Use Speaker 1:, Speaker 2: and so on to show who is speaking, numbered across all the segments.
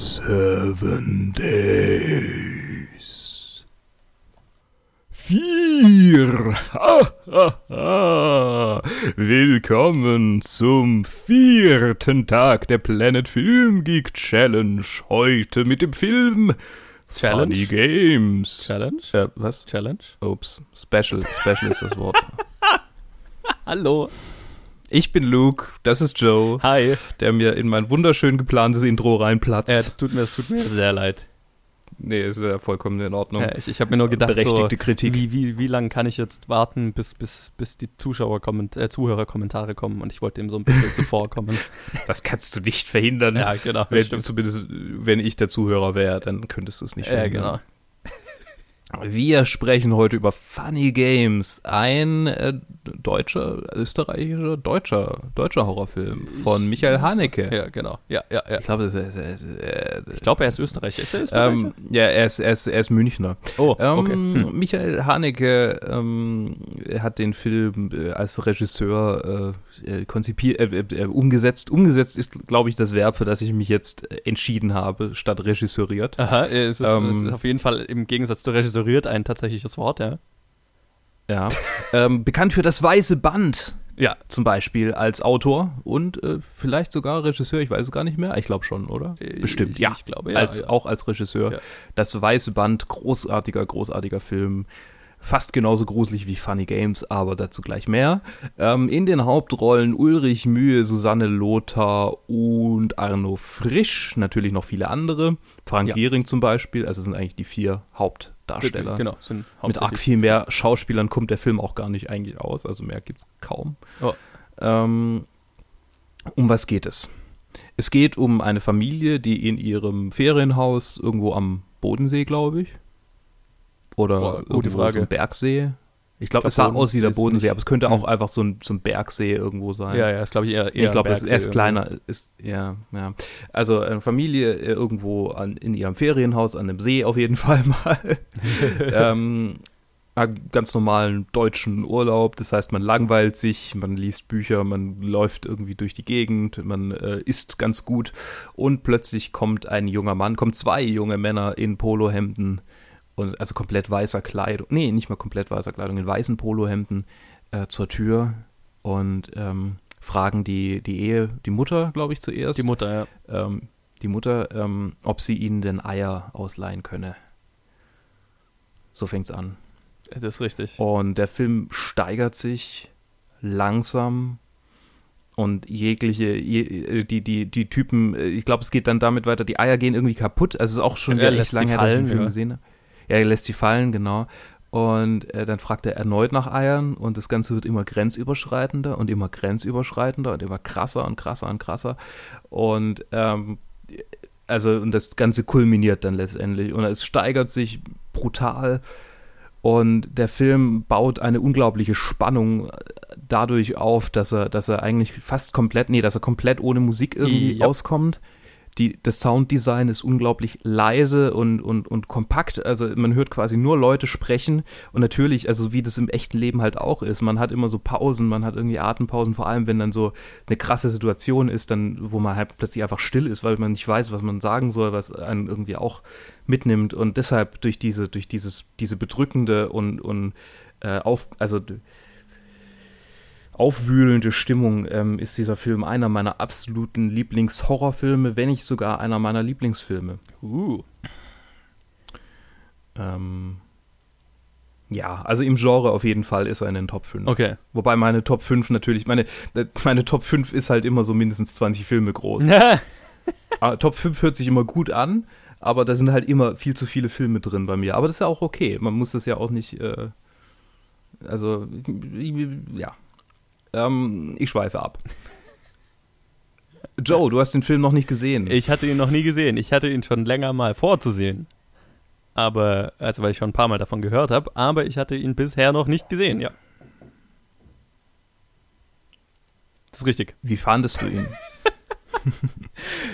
Speaker 1: Seven Days. Vier. Ha, ha, ha. Willkommen zum vierten Tag der Planet Film Geek Challenge. Heute mit dem Film
Speaker 2: Challenge?
Speaker 1: Funny Games.
Speaker 2: Challenge?
Speaker 1: Äh, was?
Speaker 2: Challenge?
Speaker 1: Ups. Special. Special ist das Wort.
Speaker 2: Hallo.
Speaker 1: Ich bin Luke. Das ist Joe,
Speaker 2: Hi.
Speaker 1: der mir in mein wunderschön geplantes Intro reinplatzt.
Speaker 2: Ja, das tut mir, das tut mir sehr leid.
Speaker 1: nee, ist ja vollkommen in Ordnung.
Speaker 2: Ja, ich ich habe mir nur gedacht, so,
Speaker 1: Berechtigte Kritik.
Speaker 2: wie, wie, wie lange kann ich jetzt warten, bis, bis, bis die Zuschauer kommen, äh, Zuhörerkommentare kommen und ich wollte ihm so ein bisschen zuvorkommen.
Speaker 1: Das kannst du nicht verhindern.
Speaker 2: genau.
Speaker 1: Wenn,
Speaker 2: stimmt.
Speaker 1: zumindest, wenn ich der Zuhörer wäre, dann könntest du es nicht
Speaker 2: Ja, genau.
Speaker 1: Wir sprechen heute über Funny Games, ein äh, deutscher, österreichischer, deutscher, deutscher Horrorfilm von Michael Haneke.
Speaker 2: Ja, genau. Ja, ja, ja.
Speaker 1: Ich glaube, das ist, das ist, äh,
Speaker 2: Ich glaube, er ist Österreicher. Ist er Österreicher?
Speaker 1: ähm, ja, er ist, er, ist, er ist Münchner.
Speaker 2: oh,
Speaker 1: Ähm,
Speaker 2: okay. Hm.
Speaker 1: Michael Haneke ähm, hat den Film äh, als Regisseur äh, äh, konzipiert, äh, äh, äh, umgesetzt. Umgesetzt ist, glaube ich, das Verb, für das ich mich jetzt äh, entschieden habe, statt regisseuriert.
Speaker 2: Aha, es ist,
Speaker 1: ähm,
Speaker 2: es ist auf jeden Fall im Gegensatz zu regisseuriert ein tatsächliches Wort, ja.
Speaker 1: Ja. ähm, bekannt für das Weiße Band.
Speaker 2: Ja.
Speaker 1: Zum Beispiel als Autor und äh, vielleicht sogar Regisseur, ich weiß es gar nicht mehr. Ich glaube schon, oder?
Speaker 2: Äh,
Speaker 1: Bestimmt,
Speaker 2: ich-
Speaker 1: ja.
Speaker 2: ich glaube, ja,
Speaker 1: Als,
Speaker 2: ja.
Speaker 1: Auch als Regisseur.
Speaker 2: Ja.
Speaker 1: Das Weiße Band, großartiger, großartiger Film. Fast genauso gruselig wie Funny Games, aber dazu gleich mehr. Ähm, in den Hauptrollen Ulrich Mühe, Susanne Lothar und Arno Frisch. Natürlich noch viele andere. Frank
Speaker 2: Ja.
Speaker 1: Gehring zum Beispiel. Also es sind eigentlich die vier Hauptdarsteller.
Speaker 2: Genau. Sind
Speaker 1: Mit arg
Speaker 2: hauptsächlich-
Speaker 1: viel mehr Schauspielern kommt der Film auch gar nicht eigentlich aus, also mehr gibt es kaum.
Speaker 2: Oh.
Speaker 1: Ähm, um was geht es? Es geht um eine Familie, die in ihrem Ferienhaus irgendwo am Bodensee, glaube ich, oder
Speaker 2: Boah, gute
Speaker 1: irgendwo
Speaker 2: Frage.
Speaker 1: so ein Bergsee. Ich glaube,
Speaker 2: glaub,
Speaker 1: es sah aus
Speaker 2: Bodensee
Speaker 1: wie der
Speaker 2: ist
Speaker 1: Bodensee,
Speaker 2: nicht-
Speaker 1: aber es könnte auch
Speaker 2: Hm.
Speaker 1: einfach so ein, so ein Bergsee irgendwo sein.
Speaker 2: Ja, ja, ist glaube ich eher, eher
Speaker 1: ich glaube, es
Speaker 2: Bergsee
Speaker 1: er ist
Speaker 2: irgendwie.
Speaker 1: kleiner. Ist, ja, ja. Also eine Familie äh, irgendwo an, in ihrem Ferienhaus an dem See auf jeden Fall mal. ähm, einen ganz normalen deutschen Urlaub. Das heißt, man langweilt sich, man liest Bücher, man läuft irgendwie durch die Gegend, man äh, isst ganz gut. Und plötzlich kommt ein junger Mann, kommen zwei junge Männer in Polohemden. Und also komplett weißer Kleidung. Nee, nicht mal komplett weißer Kleidung, in weißen Polohemden äh, zur Tür und ähm, fragen die, die Ehe, die Mutter, glaube ich, zuerst.
Speaker 2: Die Mutter, ja.
Speaker 1: ähm, die Mutter, ähm, ob sie ihnen denn Eier ausleihen könne. So fängt's an.
Speaker 2: Das ist richtig.
Speaker 1: Und der Film steigert sich langsam und jegliche, je, äh, die, die, die Typen, äh, ich glaube, es geht dann damit weiter, die Eier gehen irgendwie kaputt. Also es ist auch schon
Speaker 2: Er
Speaker 1: wieder
Speaker 2: lässt
Speaker 1: echt lange
Speaker 2: sie
Speaker 1: her, dass ich den
Speaker 2: fallen,
Speaker 1: Film
Speaker 2: ja.
Speaker 1: gesehen habe. Ja, er lässt sie fallen, genau. Und äh, dann fragt er erneut nach Eiern und das Ganze wird immer grenzüberschreitender und immer grenzüberschreitender und immer krasser und krasser und krasser. Und ähm, also und das Ganze kulminiert dann letztendlich und es steigert sich brutal und der Film baut eine unglaubliche Spannung äh, dadurch auf, dass er, dass er eigentlich fast komplett, nee, dass er komplett ohne Musik irgendwie
Speaker 2: Ja.
Speaker 1: auskommt. Die, das Sounddesign ist unglaublich leise und, und, und kompakt. Also man hört quasi nur Leute sprechen und natürlich, also wie das im echten Leben halt auch ist, man hat immer so Pausen, man hat irgendwie Atempausen, vor allem wenn dann so eine krasse Situation ist, dann, wo man halt plötzlich einfach still ist, weil man nicht weiß, was man sagen soll, was einen irgendwie auch mitnimmt und deshalb durch diese, durch dieses, diese bedrückende und, und äh, auf, also d- aufwühlende Stimmung ähm, ist dieser Film einer meiner absoluten Lieblingshorrorfilme, wenn nicht sogar einer meiner Lieblingsfilme.
Speaker 2: Uh.
Speaker 1: Ähm, ja, also im Genre auf jeden Fall ist er in den Top 5.
Speaker 2: Okay.
Speaker 1: Wobei meine Top 5 natürlich, meine, meine Top 5 ist halt immer so mindestens 20 Filme groß. Ah, Top 5 hört sich immer gut an, aber da sind halt immer viel zu viele Filme drin bei mir. Aber das ist ja auch okay. Man muss das ja auch nicht. Äh, also, ja. Ähm, ich schweife ab. Joe, du hast den Film noch nicht gesehen.
Speaker 2: Ich hatte ihn noch nie gesehen. Ich hatte ihn schon länger mal vorzusehen. Aber, also weil ich schon ein paar Mal davon gehört habe, aber ich hatte ihn bisher noch nicht gesehen, ja. Das ist richtig.
Speaker 1: Wie fandest du ihn?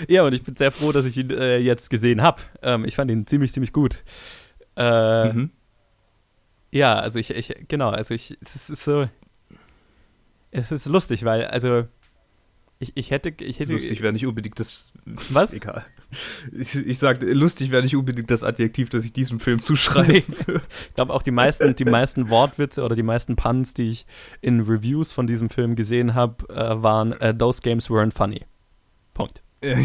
Speaker 2: ja, und ich bin sehr froh, dass ich ihn äh, jetzt gesehen habe. Ähm, ich fand ihn ziemlich, ziemlich gut. Äh,
Speaker 1: Mhm.
Speaker 2: Ja, also ich, ich, genau, also ich, es ist- es ist so, es ist lustig, weil, also, ich, ich hätte, Äh, ich hätte,
Speaker 1: Lustig wäre nicht unbedingt das.
Speaker 2: was?
Speaker 1: Egal. Ich, ich sagte, lustig wäre nicht unbedingt das Adjektiv, das ich diesem Film zuschreibe.
Speaker 2: Nee. Ich glaube auch die meisten, die meisten Wortwitze oder die meisten Puns, die ich in Reviews von diesem Film gesehen habe, äh, waren äh, Those games weren't funny. Punkt.
Speaker 1: Äh,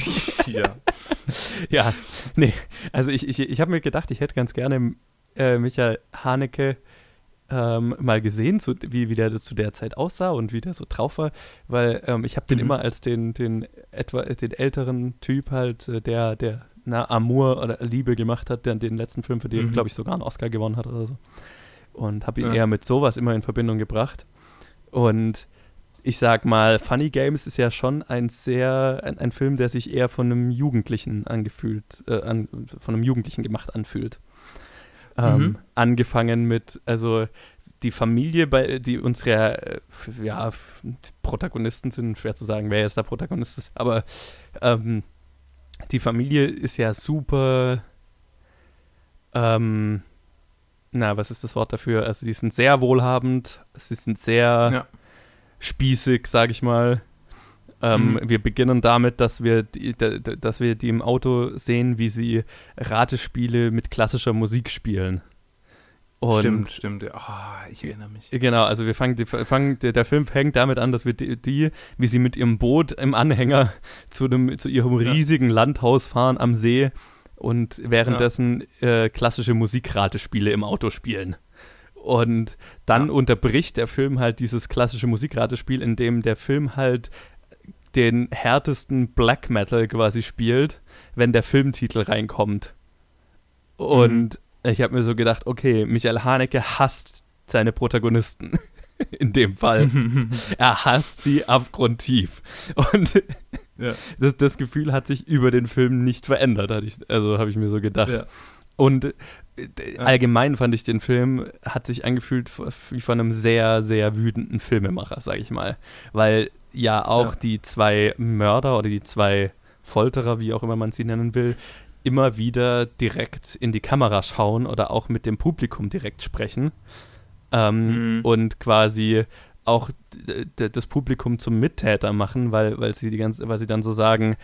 Speaker 1: ja.
Speaker 2: Ja, nee. Also ich, ich, ich habe mir gedacht, ich hätte ganz gerne äh, Michael Haneke ähm, mal gesehen, zu, wie, wie der das zu der Zeit aussah und wie der so drauf war, weil ähm, ich habe den
Speaker 1: Mhm.
Speaker 2: immer als den, den etwa den älteren Typ halt, äh, der, der na, Amour oder Liebe gemacht hat, der den letzten Film, für den,
Speaker 1: Mhm.
Speaker 2: glaube ich, sogar einen Oscar gewonnen hat oder so. Und habe ihn
Speaker 1: Ja.
Speaker 2: eher mit sowas immer in Verbindung gebracht. Und ich sag mal, Funny Games ist ja schon ein sehr, ein, ein Film, der sich eher von einem Jugendlichen angefühlt, äh, an, von einem Jugendlichen gemacht anfühlt. Ähm,
Speaker 1: Mhm.
Speaker 2: Angefangen mit, also die Familie, bei die unsere äh, f- ja, f- Protagonisten sind, schwer zu sagen, wer jetzt der Protagonist ist, aber ähm, die Familie ist ja super, ähm, na, was ist das Wort dafür? Also die sind sehr wohlhabend, sie sind sehr
Speaker 1: Ja.
Speaker 2: spießig, sag ich mal. Ähm,
Speaker 1: Mhm.
Speaker 2: Wir beginnen damit, dass wir, die, d- d- dass wir die im Auto sehen, wie sie Ratespiele mit klassischer Musik spielen. Und
Speaker 1: stimmt, stimmt. ja. Ah, ich erinnere mich.
Speaker 2: Genau, also wir fangen, die, fangen der, der Film fängt damit an, dass wir die, die, wie sie mit ihrem Boot im Anhänger zu, dem, zu ihrem
Speaker 1: Ja.
Speaker 2: riesigen Landhaus fahren am See und währenddessen äh, klassische Musikratespiele im Auto spielen. Und dann
Speaker 1: Ja.
Speaker 2: unterbricht der Film halt dieses klassische Musikratespiel, in dem der Film halt den härtesten Black Metal quasi spielt, wenn der Filmtitel reinkommt.
Speaker 1: Mhm.
Speaker 2: Und ich habe mir so gedacht, okay, Michael Haneke hasst seine Protagonisten. In dem Fall. Er hasst sie abgrundtief. Und
Speaker 1: Ja.
Speaker 2: das, das Gefühl hat sich über den Film nicht verändert, hatte ich, also habe ich mir so gedacht.
Speaker 1: Ja.
Speaker 2: Und äh, d-
Speaker 1: Ja.
Speaker 2: allgemein fand ich den Film, hat sich angefühlt f- wie von einem sehr, sehr wütenden Filmemacher, sage ich mal. Weil ja auch
Speaker 1: Ja.
Speaker 2: die zwei Mörder oder die zwei Folterer, wie auch immer man sie nennen will, immer wieder direkt in die Kamera schauen oder auch mit dem Publikum direkt sprechen. Ähm,
Speaker 1: Mhm.
Speaker 2: Und quasi auch d- d- das Publikum zum Mittäter machen, weil, weil, sie die ganze, weil sie dann so sagen,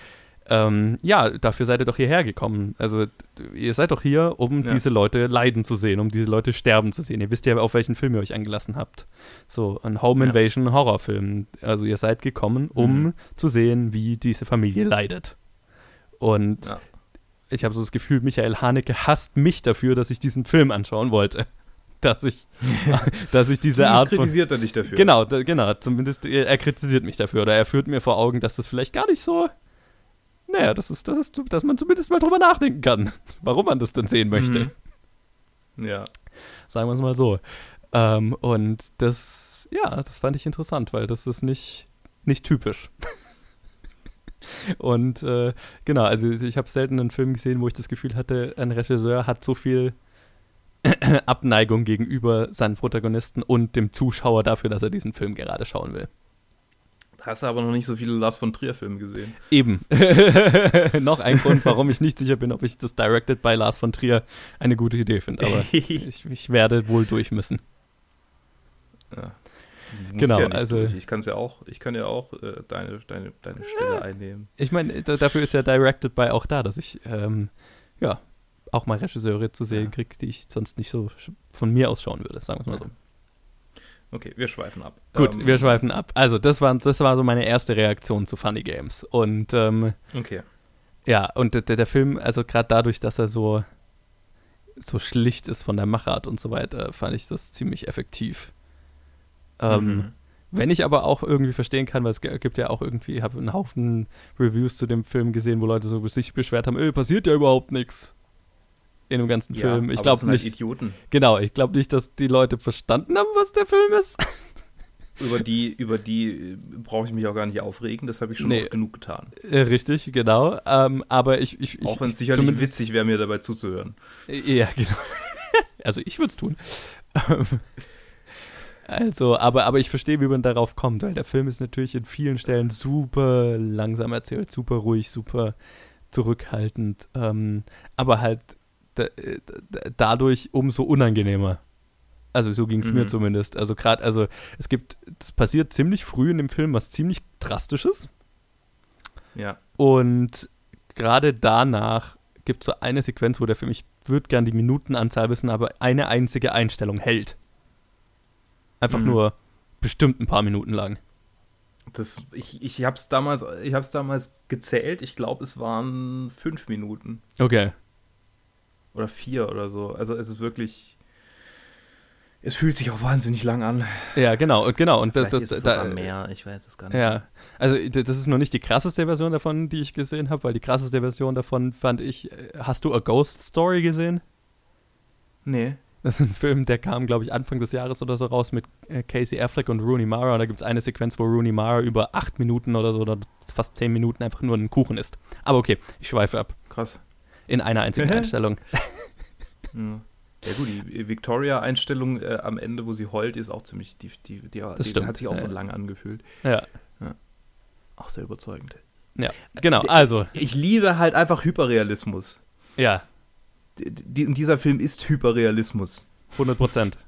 Speaker 2: ähm, ja, dafür seid ihr doch hierher gekommen. Also d- ihr seid doch hier, um
Speaker 1: Ja.
Speaker 2: diese Leute leiden zu sehen, um diese Leute sterben zu sehen. Ihr wisst ja, auf welchen Film ihr euch angelassen habt. So ein Home
Speaker 1: Ja.
Speaker 2: Invasion Horrorfilm. Also ihr seid gekommen, um
Speaker 1: Mhm.
Speaker 2: zu sehen, wie diese Familie leidet. Und
Speaker 1: Ja.
Speaker 2: ich habe so das Gefühl, Michael Haneke hasst mich dafür, dass ich diesen Film anschauen wollte. Dass ich, dass ich diese
Speaker 1: Zumindest
Speaker 2: Art von
Speaker 1: kritisiert er dich dafür.
Speaker 2: Genau, da, genau. Zumindest äh, er kritisiert mich dafür oder er führt mir vor Augen, dass das vielleicht gar nicht so. Naja, das ist, das ist, dass man zumindest mal drüber nachdenken kann, warum man das denn sehen möchte.
Speaker 1: Mhm. Ja.
Speaker 2: Sagen wir es mal so. Ähm, und das, ja, das fand ich interessant, weil das ist nicht, nicht typisch. und äh, genau, also ich habe selten einen Film gesehen, wo ich das Gefühl hatte, ein Regisseur hat so viel Abneigung gegenüber seinen Protagonisten und dem Zuschauer dafür, dass er diesen Film gerade schauen will.
Speaker 1: Hast du aber noch nicht so viele Lars von Trier-Filme gesehen.
Speaker 2: Eben. Noch ein Grund, warum ich nicht sicher bin, ob ich das Directed by Lars von Trier eine gute Idee finde. Aber ich, ich werde wohl durch müssen.
Speaker 1: Ja. Muss
Speaker 2: Genau,
Speaker 1: ja nicht
Speaker 2: also-
Speaker 1: durch. ich kann ja auch, ich kann ja auch äh, deine, deine, deine Stelle einnehmen.
Speaker 2: Ich meine, da, dafür ist ja Directed by auch da, dass ich ähm, ja auch mal Regisseure zu sehen
Speaker 1: Ja.
Speaker 2: kriege, die ich sonst nicht so sch- von mir aus schauen würde, sagen wir mal so.
Speaker 1: Okay, wir schweifen ab.
Speaker 2: Gut,
Speaker 1: Ähm,
Speaker 2: wir schweifen ab. Also, das war, das war so meine erste Reaktion zu Funny Games. Und ähm,
Speaker 1: Okay.
Speaker 2: Ja, und der, der Film, also gerade dadurch, dass er so, so schlicht ist von der Machart und so weiter, fand ich das ziemlich effektiv. Ähm,
Speaker 1: Mhm.
Speaker 2: Wenn ich aber auch irgendwie verstehen kann, weil es g- gibt ja auch irgendwie, ich habe einen Haufen Reviews zu dem Film gesehen, wo Leute so sich beschwert haben, "Ey, passiert ja überhaupt nichts in dem ganzen
Speaker 1: Ja,
Speaker 2: Film. Ich
Speaker 1: aber das
Speaker 2: glaube
Speaker 1: sind halt
Speaker 2: nicht,
Speaker 1: Idioten.
Speaker 2: genau, ich glaube nicht, dass die Leute verstanden haben, was der Film ist.
Speaker 1: Über die, über die äh, brauche ich mich auch gar nicht aufregen, das habe ich schon
Speaker 2: Nee.
Speaker 1: oft genug getan.
Speaker 2: Äh, Richtig, genau. Ähm, aber ich, ich, ich
Speaker 1: Auch wenn es
Speaker 2: ich-
Speaker 1: sicherlich
Speaker 2: zumindest-
Speaker 1: witzig wäre, mir dabei zuzuhören.
Speaker 2: Ja, genau. Also ich würde es tun. Ähm, Also, aber, aber ich verstehe, wie man darauf kommt, weil der Film ist natürlich in vielen Stellen super langsam erzählt, super ruhig, super zurückhaltend, ähm, aber halt da- da- dadurch umso unangenehmer. Also so ging es mir
Speaker 1: Mhm.
Speaker 2: zumindest. Also gerade, also es gibt, es passiert ziemlich früh in dem Film was ziemlich Drastisches
Speaker 1: Ja.
Speaker 2: und gerade danach gibt es so eine Sequenz, wo der Film, ich würde gern die Minutenanzahl wissen, aber eine einzige Einstellung hält. Einfach
Speaker 1: Mhm.
Speaker 2: nur bestimmt ein paar Minuten lang.
Speaker 1: Das, ich ich habe es damals, ich hab's damals gezählt. Ich glaube, es waren fünf Minuten
Speaker 2: Okay.
Speaker 1: oder vier oder so. Also es ist wirklich. Es fühlt sich auch wahnsinnig lang an.
Speaker 2: Ja, genau, und genau. Und das, das, da,
Speaker 1: mehr, ich weiß es gar
Speaker 2: Ja, also d- das ist noch nicht die krasseste Version davon, die ich gesehen habe, weil die krasseste Version davon fand ich, äh, hast du A Ghost Story gesehen?
Speaker 1: Nee.
Speaker 2: Das ist ein Film, der kam, glaube ich, Anfang des Jahres oder so raus mit äh, Casey Affleck und Rooney Mara. Und da gibt es eine Sequenz, wo Rooney Mara über acht Minuten oder so oder fast zehn Minuten einfach nur einen Kuchen isst. Aber okay, ich schweife ab.
Speaker 1: Krass.
Speaker 2: In einer einzigen Einstellung.
Speaker 1: Ja, ja gut, die Victoria-Einstellung äh, am Ende, wo sie heult, ist auch ziemlich, die, die, die, die
Speaker 2: stimmt,
Speaker 1: hat sich auch so
Speaker 2: ja.
Speaker 1: lang angefühlt.
Speaker 2: Ja,
Speaker 1: Auch sehr überzeugend.
Speaker 2: genau. Also,
Speaker 1: Ich liebe halt einfach Hyperrealismus.
Speaker 2: ja,
Speaker 1: D- Die, und dieser Film ist Hyperrealismus.
Speaker 2: 100 Prozent.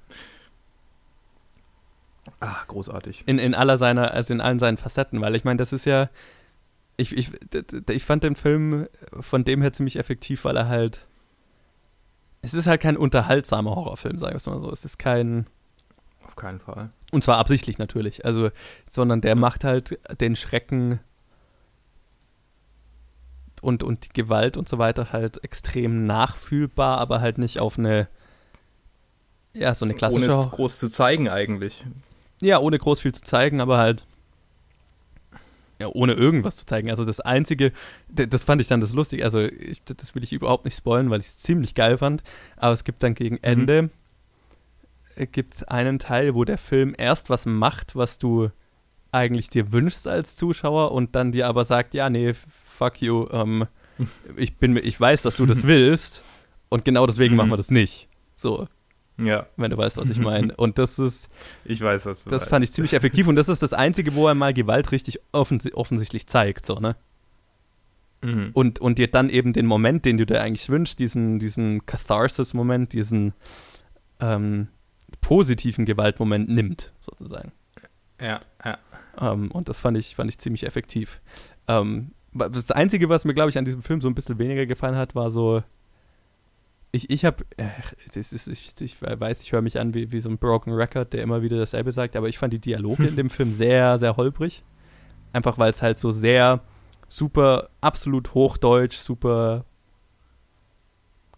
Speaker 1: Ah, großartig.
Speaker 2: In, in aller seiner, also in allen seinen Facetten, weil ich meine, das ist ja. Ich, ich, d- d- ich fand den Film von dem her ziemlich effektiv, weil er halt. Es ist halt kein unterhaltsamer Horrorfilm, sagen wir es mal so. Es ist kein.
Speaker 1: Auf keinen Fall.
Speaker 2: Und zwar absichtlich natürlich. Also, sondern der macht halt den Schrecken und, und die Gewalt und so weiter halt extrem nachfühlbar, aber halt nicht auf eine. Ja, so eine
Speaker 1: Ohne
Speaker 2: klassische.
Speaker 1: es groß zu zeigen eigentlich.
Speaker 2: Ja, ohne groß viel zu zeigen, aber halt. Ja, ohne irgendwas zu zeigen. Also das Einzige, d- das fand ich dann das lustig, also ich, d- das will ich überhaupt nicht spoilen, weil ich es ziemlich geil fand. Aber es gibt dann gegen Ende, äh, gibt es einen Teil, wo der Film erst was macht, was du eigentlich dir wünschst als Zuschauer und dann dir aber sagt, ja, nee, fuck you, ähm, ich, bin, mir- ich weiß, dass du das willst und genau deswegen
Speaker 1: Mhm.
Speaker 2: machen wir das nicht. So,
Speaker 1: Ja,
Speaker 2: wenn du weißt, was ich meine. Und das ist
Speaker 1: ich weiß, was du
Speaker 2: das
Speaker 1: meinst.
Speaker 2: fand ich ziemlich effektiv und das ist das Einzige, wo er mal Gewalt richtig offensi offensichtlich zeigt, so, ne?
Speaker 1: Mhm.
Speaker 2: Und, und dir dann eben den Moment, den du dir eigentlich wünschst, diesen, diesen Catharsis-Moment, diesen ähm, positiven Gewaltmoment nimmt, sozusagen.
Speaker 1: Ja, ja.
Speaker 2: Ähm, und das fand ich, fand ich ziemlich effektiv. Ähm, wa- das Einzige, was mir, glaube ich, an diesem Film so ein bisschen weniger gefallen hat, war so. Ich, ich habe, ich, ich weiß, ich höre mich an wie, wie so ein Broken Record, der immer wieder dasselbe sagt, aber ich fand die Dialoge in dem Film sehr, sehr holprig. Einfach weil es halt so sehr super, absolut hochdeutsch, super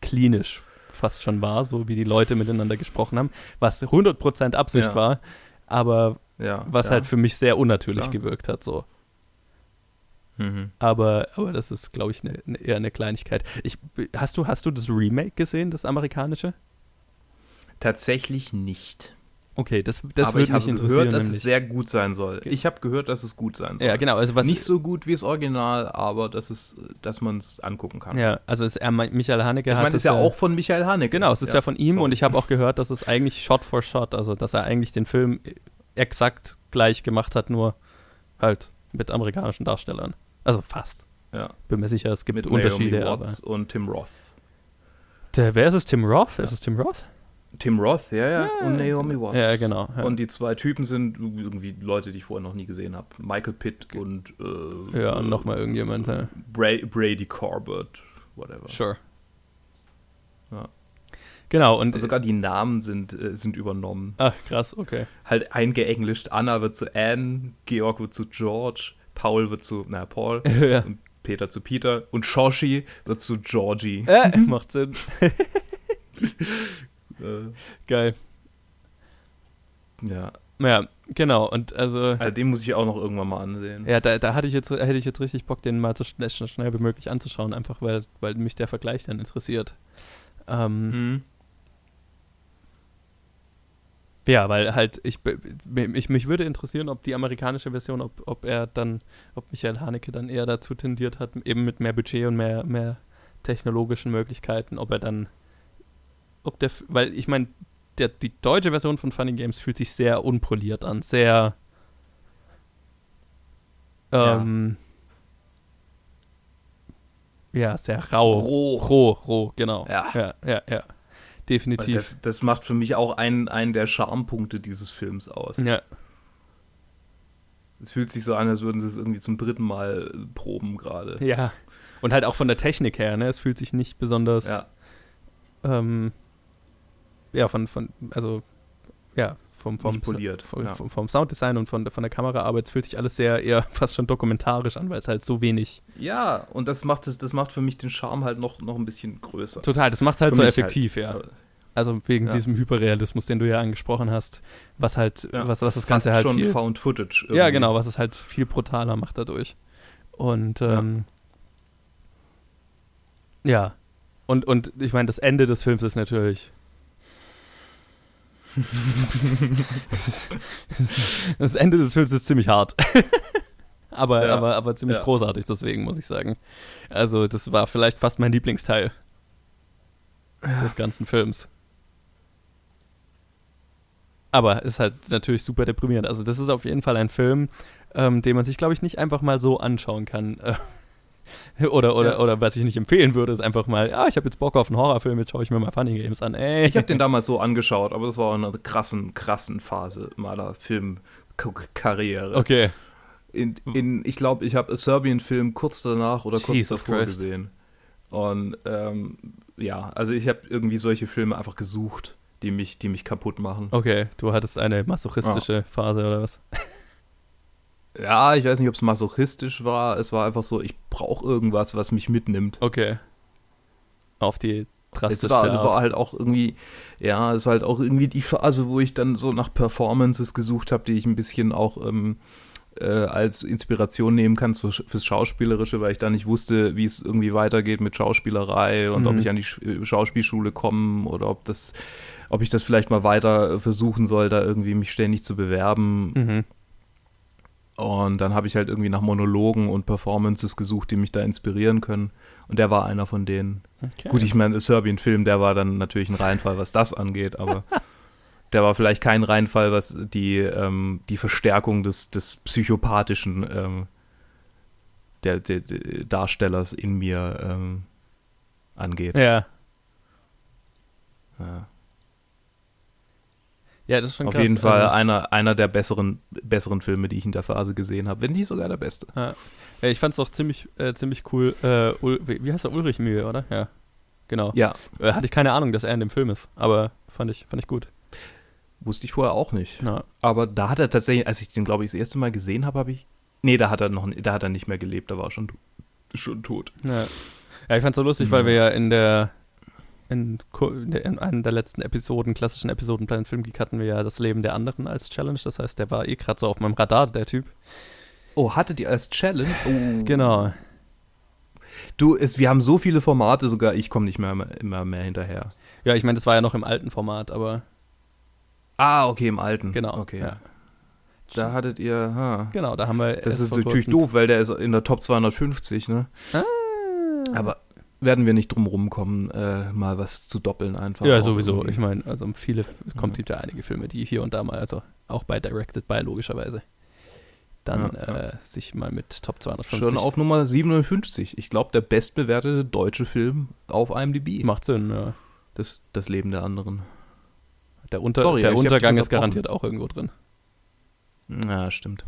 Speaker 2: klinisch fast schon war, so wie die Leute miteinander gesprochen haben, was 100% Absicht
Speaker 1: Ja.
Speaker 2: war, aber
Speaker 1: ja
Speaker 2: was
Speaker 1: ja.
Speaker 2: halt für mich sehr unnatürlich
Speaker 1: Klar.
Speaker 2: gewirkt hat, so.
Speaker 1: Mhm.
Speaker 2: Aber, aber das ist, glaube ich, ne, ne, eher eine Kleinigkeit. Ich, hast, du, hast du das Remake gesehen, das amerikanische?
Speaker 1: Tatsächlich nicht.
Speaker 2: Okay, das, das
Speaker 1: Aber ich
Speaker 2: würde mich
Speaker 1: habe gehört,
Speaker 2: interessieren.
Speaker 1: dass es
Speaker 2: nämlich.
Speaker 1: sehr gut sein soll.
Speaker 2: Ge-
Speaker 1: Ich habe gehört, dass es gut sein soll.
Speaker 2: ja, genau. Also was,
Speaker 1: nicht so gut wie das Original, aber dass, es, dass man es angucken kann.
Speaker 2: ja, also es, er, meint, Michael Haneke
Speaker 1: Ich
Speaker 2: hat
Speaker 1: meine,
Speaker 2: das
Speaker 1: ist ja auch von Michael Haneke.
Speaker 2: Genau, es ist ja, von ihm
Speaker 1: so.
Speaker 2: und ich habe auch gehört, dass es eigentlich Shot for Shot, also dass er eigentlich den Film exakt gleich gemacht hat, nur halt mit amerikanischen Darstellern. Also fast.
Speaker 1: Ja.
Speaker 2: Bin mir sicher, es gibt
Speaker 1: mit
Speaker 2: Unterschiede.
Speaker 1: Naomi
Speaker 2: Aber.
Speaker 1: Watts und Tim Roth.
Speaker 2: Der, wer ist es? Tim Roth? Ist es Tim Roth?
Speaker 1: Tim Roth, ja, ja, und Naomi Watts.
Speaker 2: Ja, genau. Ja.
Speaker 1: Und die zwei Typen sind irgendwie Leute, die ich vorher noch nie gesehen habe. Michael Pitt und äh,
Speaker 2: Ja,
Speaker 1: äh,
Speaker 2: und nochmal irgendjemand. Ja.
Speaker 1: Bra Brady Corbett, whatever.
Speaker 2: Sure.
Speaker 1: Ja.
Speaker 2: Genau, und.
Speaker 1: Also sogar die Namen sind, äh, sind übernommen.
Speaker 2: ach, krass, okay.
Speaker 1: Halt eingeenglischt. Anna wird zu Anne, Georg wird zu George, Paul wird zu, na, Paul,
Speaker 2: ja.
Speaker 1: und Peter zu Peter und Shoshi wird zu Georgie.
Speaker 2: Äh, macht Sinn.
Speaker 1: Äh,
Speaker 2: Geil.
Speaker 1: ja,
Speaker 2: Ja, genau, und also.
Speaker 1: also den muss ich auch noch irgendwann mal ansehen.
Speaker 2: Ja, da, da hatte ich jetzt, hätte ich jetzt richtig Bock, den mal so schnell, so schnell wie möglich anzuschauen, einfach weil, weil mich der Vergleich dann interessiert. Ähm,
Speaker 1: Mhm.
Speaker 2: Ja, weil halt, ich, be- mich, mich würde interessieren, ob die amerikanische Version, ob, ob er dann, ob Michael Haneke dann eher dazu tendiert hat, eben mit mehr Budget und mehr, mehr technologischen Möglichkeiten, ob er dann, ob der, F- weil ich meine, der, die deutsche Version von Funny Games fühlt sich sehr unpoliert an, sehr. Ähm, ja. sehr rau.
Speaker 1: Roh.
Speaker 2: Roh, roh, genau.
Speaker 1: Ja.
Speaker 2: ja, ja. ja. Definitiv.
Speaker 1: Das, das macht für mich auch einen, einen der Charmpunkte dieses Films aus.
Speaker 2: ja.
Speaker 1: Es fühlt sich so an, als würden sie es irgendwie zum dritten Mal äh, proben gerade.
Speaker 2: ja. Und halt auch von der Technik her, ne? Es fühlt sich nicht besonders.
Speaker 1: Ja.
Speaker 2: ähm, ja, von, von, also, ja, vom, vom,
Speaker 1: Nicht poliert,
Speaker 2: vom,
Speaker 1: ja.
Speaker 2: vom, vom Sounddesign und von, der- von der Kameraarbeit fühlt sich alles sehr eher fast schon dokumentarisch an, weil es halt so wenig.
Speaker 1: ja, und das macht, es, das macht für mich den Charme halt noch, noch ein bisschen größer.
Speaker 2: Total, das macht es halt
Speaker 1: Für
Speaker 2: so
Speaker 1: mich
Speaker 2: effektiv, ja.
Speaker 1: Aber
Speaker 2: Also wegen
Speaker 1: Ja.
Speaker 2: diesem Hyperrealismus, den du ja angesprochen hast, was halt,
Speaker 1: Ja,
Speaker 2: was, was das
Speaker 1: Fast
Speaker 2: Ganze halt
Speaker 1: schon
Speaker 2: viel,
Speaker 1: Found Footage.
Speaker 2: Ja,
Speaker 1: irgendwie.
Speaker 2: genau, was es halt viel brutaler macht dadurch. Und ähm, ja. Und, und ich meine, das Ende des Films ist natürlich. das Ende des Films ist ziemlich hart. aber,
Speaker 1: Ja.
Speaker 2: aber, aber ziemlich
Speaker 1: Ja.
Speaker 2: großartig, deswegen muss ich sagen. Also, das war vielleicht fast mein Lieblingsteil des ganzen Films. Aber ist halt natürlich super deprimierend. Also, das ist auf jeden Fall ein Film, ähm, den man sich, glaube ich, nicht einfach mal so anschauen kann. Äh, oder, oder,
Speaker 1: Ja.
Speaker 2: oder was ich nicht empfehlen würde, ist einfach mal, ja, ich habe jetzt Bock auf einen Horrorfilm, jetzt schaue ich mir mal Funny Games an. Äh. Ey.
Speaker 1: Ich habe den damals so angeschaut, aber das war auch eine krassen, krassen Phase meiner Filmkarriere.
Speaker 2: okay.
Speaker 1: in, in ich glaube, ich habe Serbian-Film kurz danach oder kurz
Speaker 2: Jesus
Speaker 1: davor
Speaker 2: Christ.
Speaker 1: gesehen. Und ähm, ja, also ich habe irgendwie solche Filme einfach gesucht, die mich, die mich kaputt machen.
Speaker 2: Okay, du hattest eine masochistische Phase oder was?
Speaker 1: Ja, ich weiß nicht, ob es masochistisch war. Es war einfach so, ich brauche irgendwas, was mich mitnimmt.
Speaker 2: Okay. Auf die
Speaker 1: Es
Speaker 2: drastischste
Speaker 1: war, es
Speaker 2: Art.
Speaker 1: war halt auch irgendwie, ja, es war halt auch irgendwie die Phase, wo ich dann so nach Performances gesucht habe, die ich ein bisschen auch ähm, äh, als Inspiration nehmen kann fürs, fürs Schauspielerische, weil ich da nicht wusste, wie es irgendwie weitergeht mit Schauspielerei und ob
Speaker 2: Mhm.
Speaker 1: ich an die Sch äh, Schauspielschule komme oder ob das, ob ich das vielleicht mal weiter äh, versuchen soll, da irgendwie mich ständig zu bewerben.
Speaker 2: mhm.
Speaker 1: Und dann habe ich halt irgendwie nach Monologen und Performances gesucht, die mich da inspirieren können. Und der war einer von denen.
Speaker 2: okay.
Speaker 1: Gut, ich meine, Serbien-Film, der war dann natürlich ein Reinfall, was das angeht, aber der war vielleicht kein Reinfall, was die, ähm, die Verstärkung des, des psychopathischen ähm, der, der, der Darstellers in mir ähm, angeht.
Speaker 2: Ja.
Speaker 1: Ja.
Speaker 2: Ja, das ist schon
Speaker 1: Auf
Speaker 2: krass.
Speaker 1: jeden Fall
Speaker 2: Also,
Speaker 1: einer, einer der besseren, besseren Filme, die ich in der Phase gesehen habe, wenn nicht sogar der beste.
Speaker 2: ja, ich fand es auch ziemlich, äh, ziemlich cool. Äh, Ul wie wie heißt er? Ulrich Mühe, oder? Ja. Genau.
Speaker 1: Ja,
Speaker 2: Äh, hatte ich keine Ahnung, dass er in dem Film ist, aber fand ich, fand ich gut.
Speaker 1: wusste ich vorher auch nicht.
Speaker 2: Ja.
Speaker 1: Aber da hat er tatsächlich, als ich den, glaube ich, das erste Mal gesehen habe, habe ich. Nee, da hat er noch da hat er nicht mehr gelebt, da war er schon, schon tot.
Speaker 2: Ja, ja ich fand's so lustig,
Speaker 1: Mhm.
Speaker 2: weil wir ja in der in, Kur- in, der, in einer der letzten Episoden, klassischen Episoden Planet Film Geek hatten wir ja das Leben der anderen als Challenge. Das heißt, der war eh gerade so auf meinem Radar, der Typ.
Speaker 1: Oh, hatte die als Challenge? Oh.
Speaker 2: Genau.
Speaker 1: Du, es, wir haben so viele Formate, sogar ich komme nicht mehr immer mehr hinterher.
Speaker 2: Ja, ich meine, das war ja noch im alten Format, aber
Speaker 1: Ah, okay, im alten.
Speaker 2: genau.
Speaker 1: Okay.
Speaker 2: Ja.
Speaker 1: Da hattet ihr, ha.
Speaker 2: Genau, da haben wir.
Speaker 1: Das
Speaker 2: erst
Speaker 1: ist
Speaker 2: vor
Speaker 1: natürlich
Speaker 2: kurzem-
Speaker 1: doof, weil der ist in der Top 250, ne? Aber werden wir nicht drum rumkommen, äh, mal was zu doppeln einfach.
Speaker 2: Ja,
Speaker 1: auch
Speaker 2: sowieso.
Speaker 1: irgendwie.
Speaker 2: Ich meine, also um viele es kommt ja einige Filme, die hier und da mal, also auch bei Directed by logischerweise, dann
Speaker 1: Ja, ja.
Speaker 2: äh, sich mal mit Top 250
Speaker 1: Schon auf Nummer 57. Ich glaube, der bestbewertete deutsche Film auf IMDb.
Speaker 2: macht Sinn. Ja.
Speaker 1: Das, das Leben der anderen.
Speaker 2: Der, Unter
Speaker 1: Sorry,
Speaker 2: der
Speaker 1: ich hab dich
Speaker 2: Untergang ist
Speaker 1: unterbrochen.
Speaker 2: garantiert auch irgendwo drin.
Speaker 1: Ja, stimmt.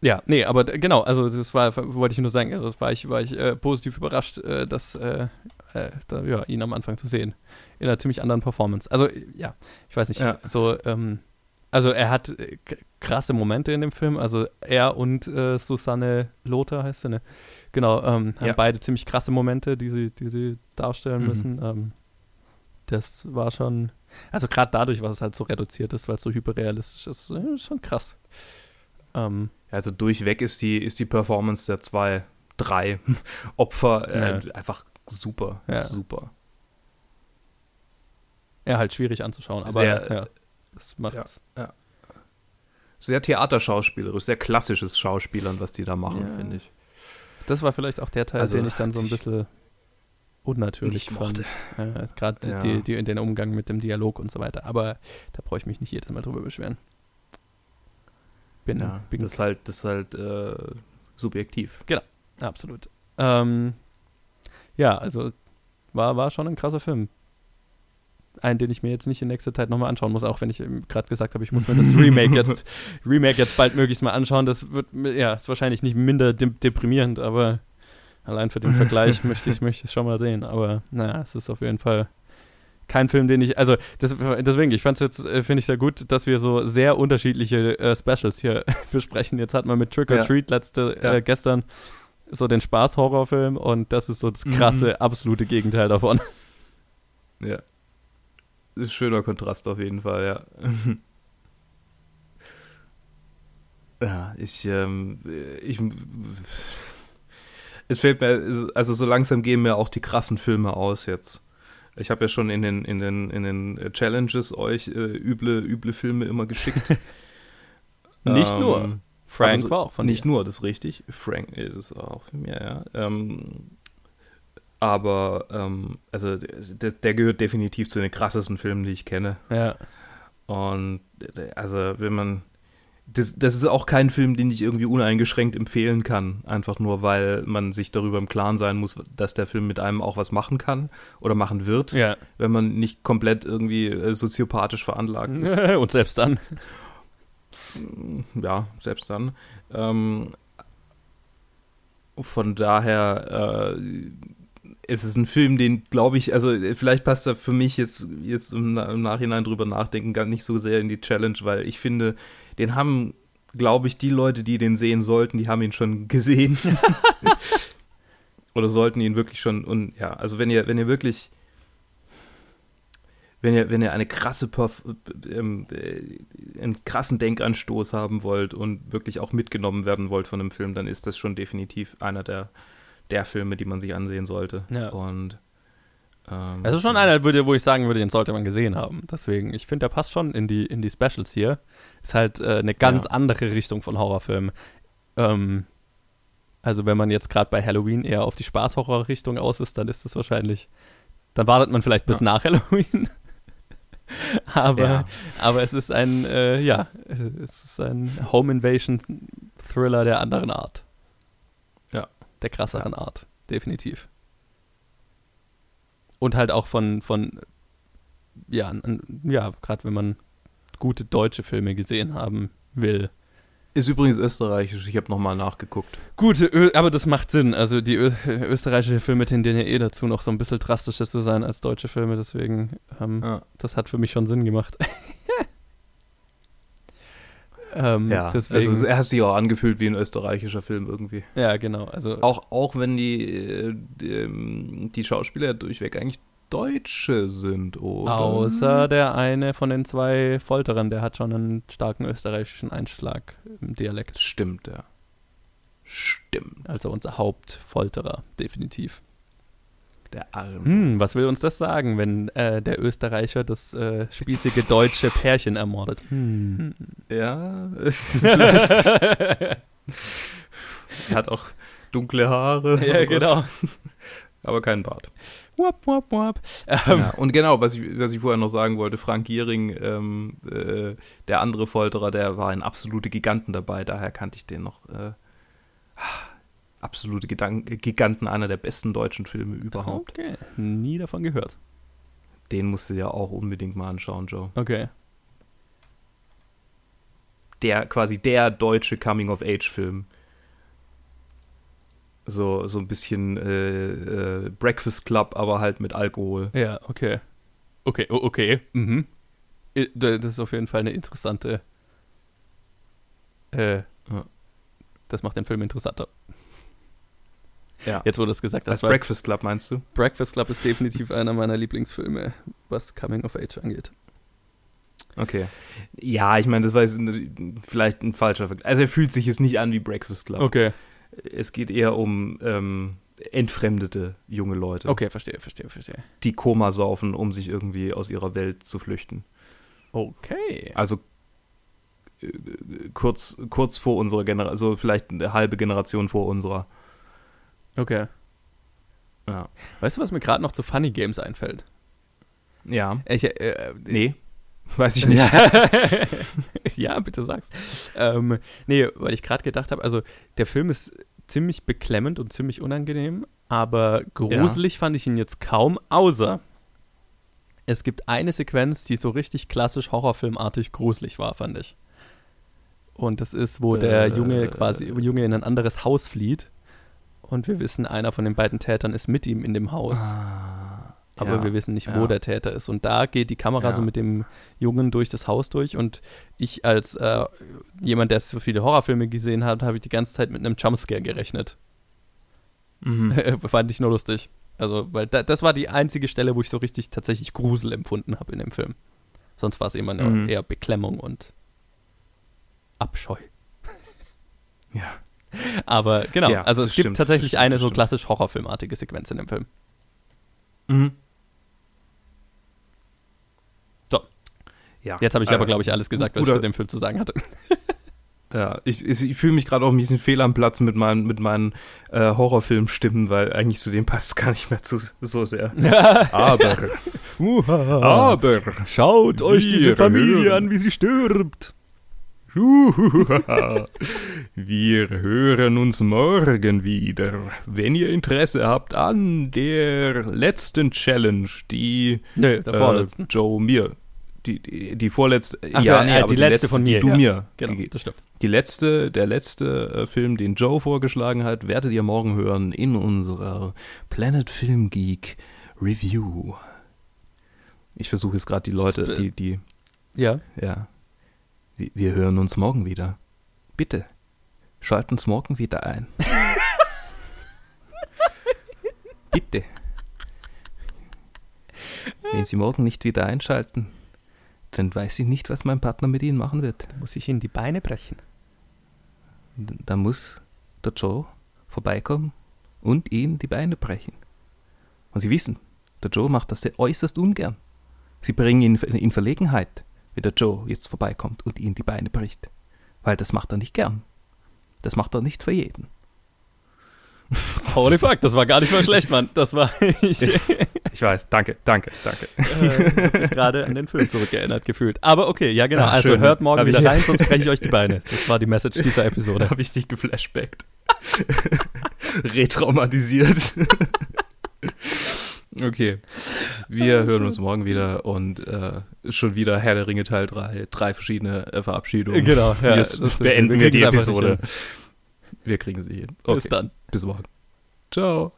Speaker 2: Ja, nee, aber d- genau, also das war, wollte ich nur sagen, also das war ich, war ich äh, positiv überrascht, äh, dass, äh, äh, da, ja, ihn am Anfang zu sehen. In einer ziemlich anderen Performance. Also, äh, ja, ich weiß nicht,
Speaker 1: Ja.
Speaker 2: so, ähm, also er hat äh, k- krasse Momente in dem Film, also er und äh, Susanne Lothar heißt sie, ne? Genau, ähm, haben
Speaker 1: Ja.
Speaker 2: beide ziemlich krasse Momente, die sie, die sie darstellen
Speaker 1: Mhm.
Speaker 2: müssen. Ähm, das war schon, also gerade dadurch, was es halt so reduziert ist, weil es so hyperrealistisch ist, äh, schon krass. Ähm,
Speaker 1: Also durchweg ist die, ist die Performance der zwei, drei Opfer äh, einfach super,
Speaker 2: Ja.
Speaker 1: super.
Speaker 2: Ja, halt schwierig anzuschauen, aber
Speaker 1: Sehr, äh,
Speaker 2: ja, das macht
Speaker 1: ja. Sehr theaterschauspielerisch, sehr klassisches Schauspielern, was die da machen,
Speaker 2: Ja.
Speaker 1: finde ich.
Speaker 2: Das war vielleicht auch der Teil,
Speaker 1: Also,
Speaker 2: den ich dann so ein
Speaker 1: ich-
Speaker 2: bisschen unnatürlich
Speaker 1: Nicht mochte.
Speaker 2: fand. Ja, Gerade
Speaker 1: Ja.
Speaker 2: die, die, den Umgang mit dem Dialog und so weiter. Aber da brauche ich mich nicht jedes Mal drüber beschweren. Bin,
Speaker 1: Ja,
Speaker 2: bin
Speaker 1: das ist halt, das ist halt äh, subjektiv.
Speaker 2: absolut. Ähm, ja, also war, war schon ein krasser Film. Einen, den ich mir jetzt nicht in nächster Zeit nochmal anschauen muss, auch wenn ich eben gerade gesagt habe, ich muss mir das Remake jetzt, Remake jetzt baldmöglichst mal anschauen. Das wird, mir- ja, ist wahrscheinlich nicht minder de deprimierend, aber allein für den Vergleich möchte ich möchte ich es schon mal sehen. Aber naja, es ist auf jeden Fall kein Film, den ich, also das, deswegen, ich fand es jetzt, äh, finde ich sehr gut, dass wir so sehr unterschiedliche äh, Specials hier besprechen. Jetzt hat man mit Trick or
Speaker 1: Ja.
Speaker 2: Treat letzte,
Speaker 1: Ja.
Speaker 2: äh, gestern so den Spaß-Horrorfilm und das ist so das krasse,
Speaker 1: Mhm.
Speaker 2: absolute Gegenteil davon.
Speaker 1: Ist ein schöner Kontrast auf jeden Fall, ja. ja, ich, ähm, ich, es fehlt mir, also so langsam gehen mir auch die krassen Filme aus jetzt. Ich habe ja schon in den, in den, in den äh, Challenges euch äh, üble, üble Filme immer geschickt.
Speaker 2: Nicht
Speaker 1: Ähm,
Speaker 2: nur. Frank
Speaker 1: also
Speaker 2: war auch von
Speaker 1: nicht
Speaker 2: dir.
Speaker 1: nur, das ist richtig. Frank äh, ist es auch für mich, ja. Ähm, aber, ähm, also der, der gehört definitiv zu den krassesten Filmen, die ich kenne.
Speaker 2: Ja.
Speaker 1: Und äh, also, wenn man. Das, das ist auch kein Film, den ich irgendwie uneingeschränkt empfehlen kann. Einfach nur, weil man sich darüber im Klaren sein muss, dass der Film mit einem auch was machen kann oder machen wird,
Speaker 2: ja.
Speaker 1: wenn man nicht komplett irgendwie äh, soziopathisch veranlagt ist.
Speaker 2: und selbst dann.
Speaker 1: ja, selbst dann. Ähm, von daher äh, es ist ein Film, den glaube ich, also äh, vielleicht passt er für mich jetzt, jetzt im, Na- im Nachhinein drüber nachdenken, gar nicht so sehr in die Challenge, weil ich finde, den haben, glaube ich, die Leute, die den sehen sollten, die haben ihn schon gesehen. Oder sollten ihn wirklich schon und ja, also wenn ihr, wenn ihr wirklich wenn ihr, wenn ihr eine krasse Perf ähm, äh, einen krassen Denkanstoß haben wollt und wirklich auch mitgenommen werden wollt von einem Film, dann ist das schon definitiv einer der, der Filme, die man sich ansehen sollte.
Speaker 2: Ja.
Speaker 1: Und ähm,
Speaker 2: Es ist schon
Speaker 1: ja.
Speaker 2: einer, würde, wo ich sagen würde, den sollte man gesehen haben. Deswegen, ich finde, der passt schon in die, in die Specials hier. Ist halt äh, eine ganz
Speaker 1: Ja.
Speaker 2: andere Richtung von Horrorfilmen. Ähm, also, wenn man jetzt gerade bei Halloween eher auf die Spaßhorror-Richtung aus ist, dann ist das wahrscheinlich. Dann wartet man vielleicht bis
Speaker 1: Ja.
Speaker 2: nach Halloween. aber,
Speaker 1: Ja.
Speaker 2: aber es ist ein, äh, ja, es ist ein Home Invasion Thriller der anderen Art.
Speaker 1: Ja.
Speaker 2: Der krasseren Art, definitiv. Und halt auch von, von ja, n- n- ja gerade wenn man gute deutsche Filme gesehen haben will.
Speaker 1: Ist übrigens österreichisch, ich habe nochmal nachgeguckt.
Speaker 2: Gute, Ö aber das macht Sinn. Also die Ö österreichische Filme tendieren ja eh dazu, noch so ein bisschen drastischer zu sein als deutsche Filme. Deswegen, ähm,
Speaker 1: Ja.
Speaker 2: das hat für mich schon Sinn gemacht. ähm, deswegen,
Speaker 1: also es- er hat sich auch angefühlt wie ein österreichischer Film irgendwie.
Speaker 2: ja, genau. Also
Speaker 1: Auch, auch wenn die, äh, die, ähm, die Schauspieler durchweg eigentlich Deutsche sind, oder?
Speaker 2: Außer der eine von den zwei Folterern, der hat schon einen starken österreichischen Einschlag im Dialekt.
Speaker 1: Stimmt, ja. Stimmt,
Speaker 2: Also unser Hauptfolterer, definitiv.
Speaker 1: der Arme.
Speaker 2: Hm, was will uns das sagen, wenn äh, der Österreicher das äh, spießige deutsche Pärchen ermordet? Hm.
Speaker 1: Ja, vielleicht. er hat auch dunkle Haare.
Speaker 2: ja,
Speaker 1: Oh Gott.
Speaker 2: genau.
Speaker 1: Aber keinen Bart.
Speaker 2: Wop, wop, wop. Ähm,
Speaker 1: Ja, und genau, was ich, was ich vorher noch sagen wollte, Frank Gehring, ähm, äh, der andere Folterer, der war ein absolute Giganten dabei, daher kannte ich den noch. Äh, ah, absolute Gedan Giganten, einer der besten deutschen Filme überhaupt.
Speaker 2: Okay. Nie davon gehört.
Speaker 1: Den musst du ja auch unbedingt mal anschauen, Joe.
Speaker 2: Okay.
Speaker 1: der quasi der deutsche Coming of Age Film. So, so ein bisschen äh, äh, Breakfast Club, aber halt mit Alkohol.
Speaker 2: Ja, okay. Okay, o- okay. Mhm. I- d- Das ist auf jeden Fall eine interessante. Äh,
Speaker 1: Ja.
Speaker 2: Das macht den Film interessanter.
Speaker 1: Ja.
Speaker 2: Jetzt wurde es gesagt,
Speaker 1: Als
Speaker 2: das war
Speaker 1: Breakfast Club meinst du?
Speaker 2: Also Breakfast Club ist definitiv einer meiner Lieblingsfilme, was Coming of Age angeht.
Speaker 1: Okay. Ja, ich meine, das war jetzt ein- vielleicht ein falscher Vergleich. Also er fühlt sich jetzt nicht an wie Breakfast Club.
Speaker 2: Okay,
Speaker 1: Es geht eher um ähm, entfremdete junge Leute,
Speaker 2: okay, verstehe, verstehe, verstehe.
Speaker 1: die Koma saufen, um sich irgendwie aus ihrer Welt zu flüchten.
Speaker 2: Okay.
Speaker 1: Also äh, kurz, kurz vor unserer Generation, also vielleicht eine halbe Generation vor unserer.
Speaker 2: Okay.
Speaker 1: Ja.
Speaker 2: Weißt du, was mir gerade noch zu Funny Games einfällt?
Speaker 1: ja.
Speaker 2: Ich, äh,
Speaker 1: Nee. Weiß ich nicht.
Speaker 2: ja, bitte sag's. Ähm, nee, weil ich gerade gedacht habe, also der Film ist ziemlich beklemmend und ziemlich unangenehm, aber gruselig fand ich ihn jetzt kaum, außer es gibt eine Sequenz, die so richtig klassisch horrorfilmartig gruselig war, fand ich. Und das ist, wo der
Speaker 1: Äh.
Speaker 2: Junge quasi, Junge in ein anderes Haus flieht. Und wir wissen, einer von den beiden Tätern ist mit ihm in dem Haus.
Speaker 1: Ah.
Speaker 2: Aber
Speaker 1: Ja,
Speaker 2: wir wissen nicht, wo
Speaker 1: ja.
Speaker 2: der Täter ist. Und da geht die Kamera so
Speaker 1: Ja.
Speaker 2: mit dem Jungen durch das Haus durch. Und ich als äh, jemand, der so viele Horrorfilme gesehen hat, habe ich die ganze Zeit mit einem Jumpscare gerechnet.
Speaker 1: Mhm.
Speaker 2: Fand ich nur lustig. Also, weil da, das war die einzige Stelle, wo ich so richtig tatsächlich Grusel empfunden habe in dem Film. Sonst war es immer nur
Speaker 1: Mhm.
Speaker 2: eher Beklemmung und Abscheu.
Speaker 1: Ja.
Speaker 2: Aber genau,
Speaker 1: Ja,
Speaker 2: also
Speaker 1: das
Speaker 2: es gibt
Speaker 1: stimmt, das
Speaker 2: tatsächlich
Speaker 1: stimmt,
Speaker 2: eine
Speaker 1: das
Speaker 2: so
Speaker 1: stimmt.
Speaker 2: klassisch horrorfilmartige Sequenz in dem Film.
Speaker 1: Mhm.
Speaker 2: So.
Speaker 1: Ja.
Speaker 2: Jetzt habe ich
Speaker 1: Äh,
Speaker 2: aber, glaube ich, alles gesagt, was ich
Speaker 1: guter-
Speaker 2: zu dem Film zu sagen hatte.
Speaker 1: Ja, ich, ich, ich fühle mich gerade auch ein bisschen fehl am Platz mit meinen, mit meinen äh, Horrorfilmstimmen, weil eigentlich zu dem passt es gar nicht mehr zu, so sehr. Aber, aber,
Speaker 2: Schaut
Speaker 1: Ah, euch diese Familie an,
Speaker 2: wie sie stirbt.
Speaker 1: Uhuhuha. wir hören uns morgen wieder. Wenn ihr Interesse habt an der letzten Challenge, die
Speaker 2: Nö, der vorletzten.
Speaker 1: Äh, Joe mir. Die, die, die vorletzte,
Speaker 2: Ach so, äh, die letzte von
Speaker 1: die
Speaker 2: mir,
Speaker 1: du
Speaker 2: ja.
Speaker 1: mir
Speaker 2: genau,
Speaker 1: gegeben
Speaker 2: das stimmt.
Speaker 1: Die letzte, der letzte äh, Film, den Joe vorgeschlagen hat, werdet ihr morgen hören in unserer Planet Film Geek Review. Ich versuche jetzt gerade die Leute,
Speaker 2: Sp-
Speaker 1: die, die,
Speaker 2: Ja.
Speaker 1: ja. Wir, wir hören uns morgen wieder. Bitte, schalt uns morgen wieder ein. Bitte. Wenn Sie morgen nicht wieder einschalten, dann weiß ich nicht, was mein Partner mit Ihnen machen wird.
Speaker 2: Muss ich ihnen die Beine brechen?
Speaker 1: Da muss der Joe vorbeikommen und ihm die Beine brechen. Und Sie wissen, der Joe macht das sehr äußerst ungern. Sie bringen ihn in Verlegenheit, wenn der Joe jetzt vorbeikommt und ihm die Beine bricht. Weil das macht er nicht gern. Das macht er nicht für jeden.
Speaker 2: Holy fuck, das war gar nicht mal schlecht, Mann. Das war. ich
Speaker 1: Ich äh, weiß, danke, danke, danke.
Speaker 2: äh, hab mich gerade an den Film zurückgeerinnert gefühlt. Aber okay, ja, genau.
Speaker 1: Ah,
Speaker 2: also
Speaker 1: schön.
Speaker 2: hört morgen
Speaker 1: Hab ich-
Speaker 2: wieder rein, sonst breche ich euch die Beine. Das war die Message dieser Episode.
Speaker 1: habe ich dich geflashbackt. Retraumatisiert. okay. Wir hören uns morgen wieder und äh, schon wieder Herr der Ringe Teil 3. Drei verschiedene äh, Verabschiedungen.
Speaker 2: Genau, ja,
Speaker 1: Wir
Speaker 2: das-
Speaker 1: beenden
Speaker 2: wir
Speaker 1: wir
Speaker 2: kriegen's
Speaker 1: die
Speaker 2: einfach nicht
Speaker 1: Episode. Wir kriegen sie hin.
Speaker 2: Bis dann.
Speaker 1: bis morgen. Ciao.